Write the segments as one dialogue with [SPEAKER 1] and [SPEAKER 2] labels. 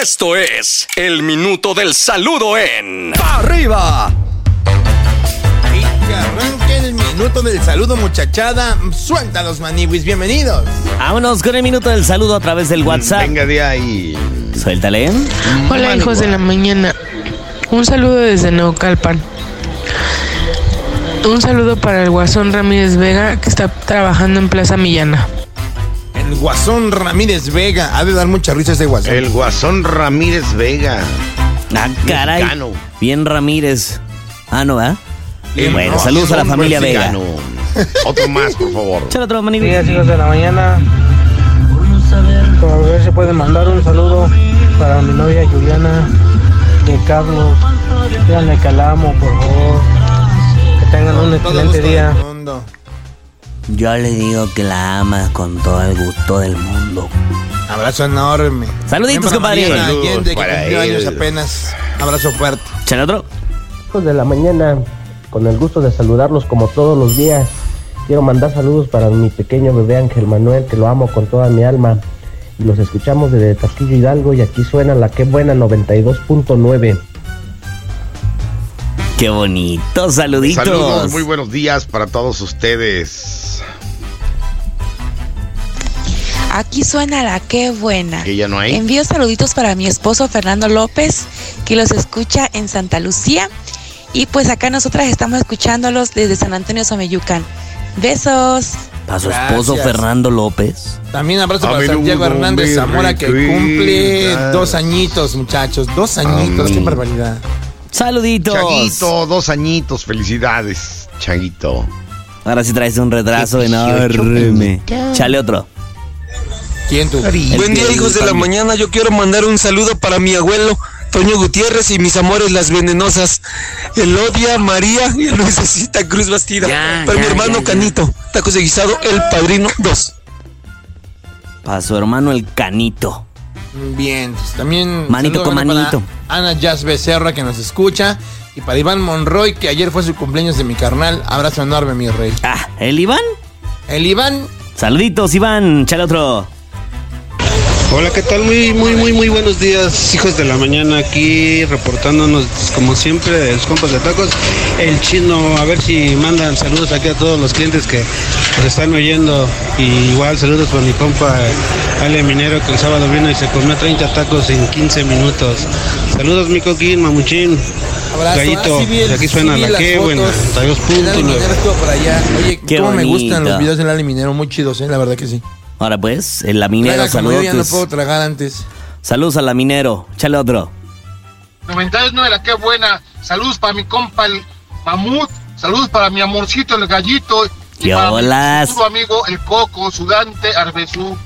[SPEAKER 1] Esto es el minuto del saludo en Pa' arriba.
[SPEAKER 2] Y que arranque el minuto del saludo, muchachada. Suelta los maniwis, bienvenidos.
[SPEAKER 3] Vámonos con el minuto del saludo a través del WhatsApp.
[SPEAKER 4] Mm, Venga de ahí.
[SPEAKER 3] Suéltale.
[SPEAKER 5] Hola hijos de la mañana. Un saludo desde Neucalpan. Un saludo para el Guasón Ramírez Vega que está trabajando en Plaza Millana.
[SPEAKER 2] El guasón Ramírez Vega. Ha de dar mucha risa ese guasón.
[SPEAKER 4] El Guasón Ramírez Vega.
[SPEAKER 3] Ah, caray.
[SPEAKER 4] Mexicano.
[SPEAKER 3] Bien Ramírez. Ah, no, ¿verdad?
[SPEAKER 2] Bien,
[SPEAKER 3] bueno,
[SPEAKER 2] no,
[SPEAKER 3] saludos a la
[SPEAKER 4] Un
[SPEAKER 3] familia Vega.
[SPEAKER 4] mexicano. Otro más, por favor.
[SPEAKER 3] Échale otro maní.
[SPEAKER 6] días, hijos de la mañana. A ver si pueden mandar un saludo para mi novia Juliana de Carlos. Díganle que la amo, por favor. Que tengan un
[SPEAKER 2] Todo gusto
[SPEAKER 6] excelente
[SPEAKER 2] del
[SPEAKER 6] día.
[SPEAKER 2] mundo.
[SPEAKER 3] Yo le digo que la ama con todo el gusto del mundo.
[SPEAKER 2] Abrazo enorme. Siempre
[SPEAKER 3] Saluditos,
[SPEAKER 2] a
[SPEAKER 3] compadre.
[SPEAKER 2] Mariana
[SPEAKER 4] Saludos
[SPEAKER 2] Allende, que
[SPEAKER 4] para
[SPEAKER 2] cumplió
[SPEAKER 4] él.
[SPEAKER 2] años apenas. Abrazo fuerte.
[SPEAKER 3] Échale otro.
[SPEAKER 7] Hijos de la mañana, con el gusto de saludarlos como todos los días. Quiero mandar saludos para mi pequeño bebé Ángel Manuel, que lo amo con toda mi alma. Y los escuchamos desde Castillo Hidalgo y aquí suena la que buena 92.9.
[SPEAKER 3] Qué bonito. Saluditos.
[SPEAKER 4] Saludos, muy buenos días para todos ustedes.
[SPEAKER 8] Aquí suena la qué buena.
[SPEAKER 4] Que ya no hay.
[SPEAKER 8] Envío saluditos para mi esposo Fernando López, que los escucha en Santa Lucía. Y pues acá nosotras estamos escuchándolos desde San Antonio Someyucan. Besos.
[SPEAKER 3] Para su esposo
[SPEAKER 2] Gracias.
[SPEAKER 3] Fernando López.
[SPEAKER 2] También abrazo
[SPEAKER 4] A
[SPEAKER 2] para
[SPEAKER 4] mí no
[SPEAKER 2] Santiago
[SPEAKER 4] me
[SPEAKER 2] Hernández Zamora, que
[SPEAKER 4] recuerdas.
[SPEAKER 2] cumple dos añitos, muchachos. Dos añitos,
[SPEAKER 4] mí.
[SPEAKER 2] qué barbaridad.
[SPEAKER 3] Saluditos.
[SPEAKER 4] Chaguito, dos añitos, felicidades, Chaguito.
[SPEAKER 3] Ahora sí traes un retraso enorme. Chale otro.
[SPEAKER 2] ¿Quién tú?
[SPEAKER 3] El
[SPEAKER 9] Buen día,
[SPEAKER 3] que-
[SPEAKER 9] hijos de la mañana. Yo quiero mandar un saludo para mi abuelo, Toño Gutiérrez, y mis amores, las venenosas, Elodia, María y Luisecita Cruz Bastida.
[SPEAKER 3] Ya,
[SPEAKER 9] para mi
[SPEAKER 3] ya,
[SPEAKER 9] hermano
[SPEAKER 3] ya, ya.
[SPEAKER 9] Canito, tacos de guisado, el padrino 2.
[SPEAKER 3] Para su hermano el canito.
[SPEAKER 2] Bien, pues, también.
[SPEAKER 3] Manito
[SPEAKER 2] saludo
[SPEAKER 3] con
[SPEAKER 2] grande para
[SPEAKER 3] manito.
[SPEAKER 2] Ana Jazz Becerra que nos escucha. Y para Iván Monroy, que ayer fue su cumpleaños de mi carnal. Abrazo enorme, mi rey.
[SPEAKER 3] Ah, ¿el Iván?
[SPEAKER 2] El Iván,
[SPEAKER 3] Saluditos, Iván. Chale otro.
[SPEAKER 10] Hola, ¿qué tal? Muy, muy, muy, muy buenos días, hijos de la mañana, aquí reportándonos, como siempre, de los compas de tacos. El chino, a ver si mandan saludos aquí a todos los clientes que nos están oyendo. Y igual saludos para mi compa Ale Minero, que el sábado vino y se comió 30 tacos en 15 minutos. Saludos, mi coquín, mamuchín,
[SPEAKER 2] abrazo.
[SPEAKER 10] gallito.
[SPEAKER 2] Ah, sí vi el-
[SPEAKER 10] de aquí
[SPEAKER 2] sí
[SPEAKER 10] suena
[SPEAKER 2] vi
[SPEAKER 10] la
[SPEAKER 2] las
[SPEAKER 10] que
[SPEAKER 2] fotos.
[SPEAKER 10] buena,
[SPEAKER 2] El Ali
[SPEAKER 10] 32.9.
[SPEAKER 2] Minero estuvo por allá. Oye,
[SPEAKER 3] Qué
[SPEAKER 2] cómo me
[SPEAKER 3] bonito.
[SPEAKER 2] gustan los videos del Ali Minero. Muy chidos, eh, la verdad que sí.
[SPEAKER 3] Ahora pues, el laminero,
[SPEAKER 2] Traga como yo
[SPEAKER 3] saludos.
[SPEAKER 2] ya no puedo tragar antes.
[SPEAKER 3] Saludos al laminero. Chale otro.
[SPEAKER 9] 99 la que buena. Saludos para mi compa el mamut. Saludos para mi amorcito el gallito.
[SPEAKER 3] y ¿Qué para mi olas? futuro
[SPEAKER 9] amigo el coco, sudante, arbezú.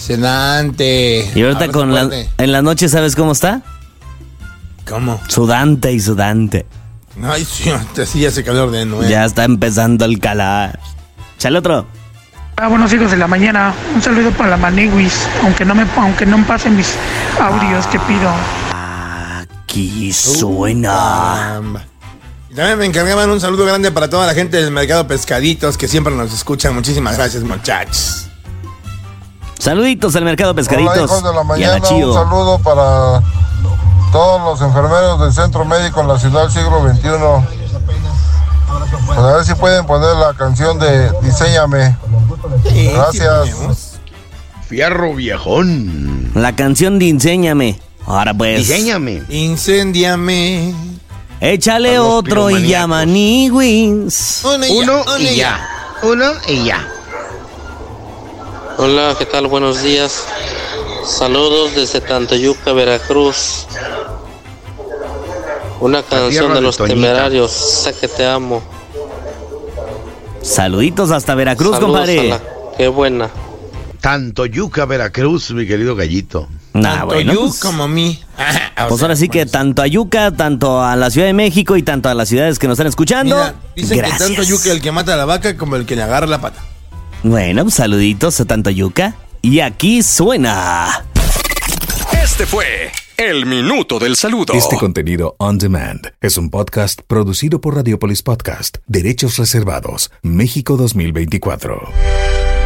[SPEAKER 2] Excelente.
[SPEAKER 3] Y ahorita
[SPEAKER 2] Abrazo
[SPEAKER 3] con la,
[SPEAKER 2] fuerte.
[SPEAKER 3] en la noche, ¿sabes cómo está?
[SPEAKER 2] ¿Cómo?
[SPEAKER 3] Sudante y sudante.
[SPEAKER 2] Ay, sí, ahorita sí hace calor de nuevo.
[SPEAKER 3] Ya está empezando el calar. Chale otro.
[SPEAKER 6] Ah, buenos hijos de la mañana. Un saludo para la Maniguis, aunque no me aunque no pasen mis audios que pido.
[SPEAKER 3] Aquí suena.
[SPEAKER 2] Caramba. Y también me encargaban un saludo grande para toda la gente del mercado Pescaditos que siempre nos escuchan. Muchísimas gracias, muchachos.
[SPEAKER 3] Saluditos al mercado pescaditos.
[SPEAKER 10] Hola, hijos de la
[SPEAKER 3] y a la
[SPEAKER 10] mañana,
[SPEAKER 3] Chío.
[SPEAKER 10] un saludo para todos los enfermeros del Centro Médico en la ciudad del siglo XXI. Pues a ver si pueden poner la canción de Diseñame. Gracias.
[SPEAKER 4] Fierro viejón.
[SPEAKER 3] La canción de Enséñame. Ahora pues.
[SPEAKER 4] Diseñame.
[SPEAKER 2] Incendiame.
[SPEAKER 3] Échale
[SPEAKER 4] Para los
[SPEAKER 3] otro y
[SPEAKER 4] piromaníacos.
[SPEAKER 3] llama Niwins.
[SPEAKER 2] Una y
[SPEAKER 4] Uno
[SPEAKER 2] una
[SPEAKER 4] y ya. Uno y ya.
[SPEAKER 9] Hola, ¿qué tal? Buenos días. Saludos desde Tantoyuca, Veracruz. Una
[SPEAKER 4] tierra
[SPEAKER 9] canción de
[SPEAKER 4] de
[SPEAKER 9] los
[SPEAKER 4] Toñita.
[SPEAKER 9] temerarios, sé que te amo.
[SPEAKER 3] Saluditos hasta Veracruz,
[SPEAKER 9] Saludos a
[SPEAKER 3] compadre.
[SPEAKER 9] la- Qué buena.
[SPEAKER 4] Tanto Yuca, Veracruz, mi querido gallito.
[SPEAKER 3] Nah,
[SPEAKER 2] Tanto
[SPEAKER 3] bueno,
[SPEAKER 2] you
[SPEAKER 3] pues,
[SPEAKER 2] como mí. O
[SPEAKER 3] pues
[SPEAKER 2] sea,
[SPEAKER 3] ahora sí que
[SPEAKER 2] bueno,
[SPEAKER 3] tanto a Yuca, tanto a la Ciudad de México y tanto a las ciudades que nos están escuchando.
[SPEAKER 2] mira, dicen
[SPEAKER 3] gracias.
[SPEAKER 2] que tanto yuca el que mata a la vaca como el que le agarra la pata.
[SPEAKER 3] Bueno, pues, saluditos a tanto Yuca. Y aquí suena.
[SPEAKER 1] Este fue el minuto del saludo.
[SPEAKER 11] Este contenido on demand es un podcast producido por Radiopolis Podcast, Derechos Reservados, México 2024.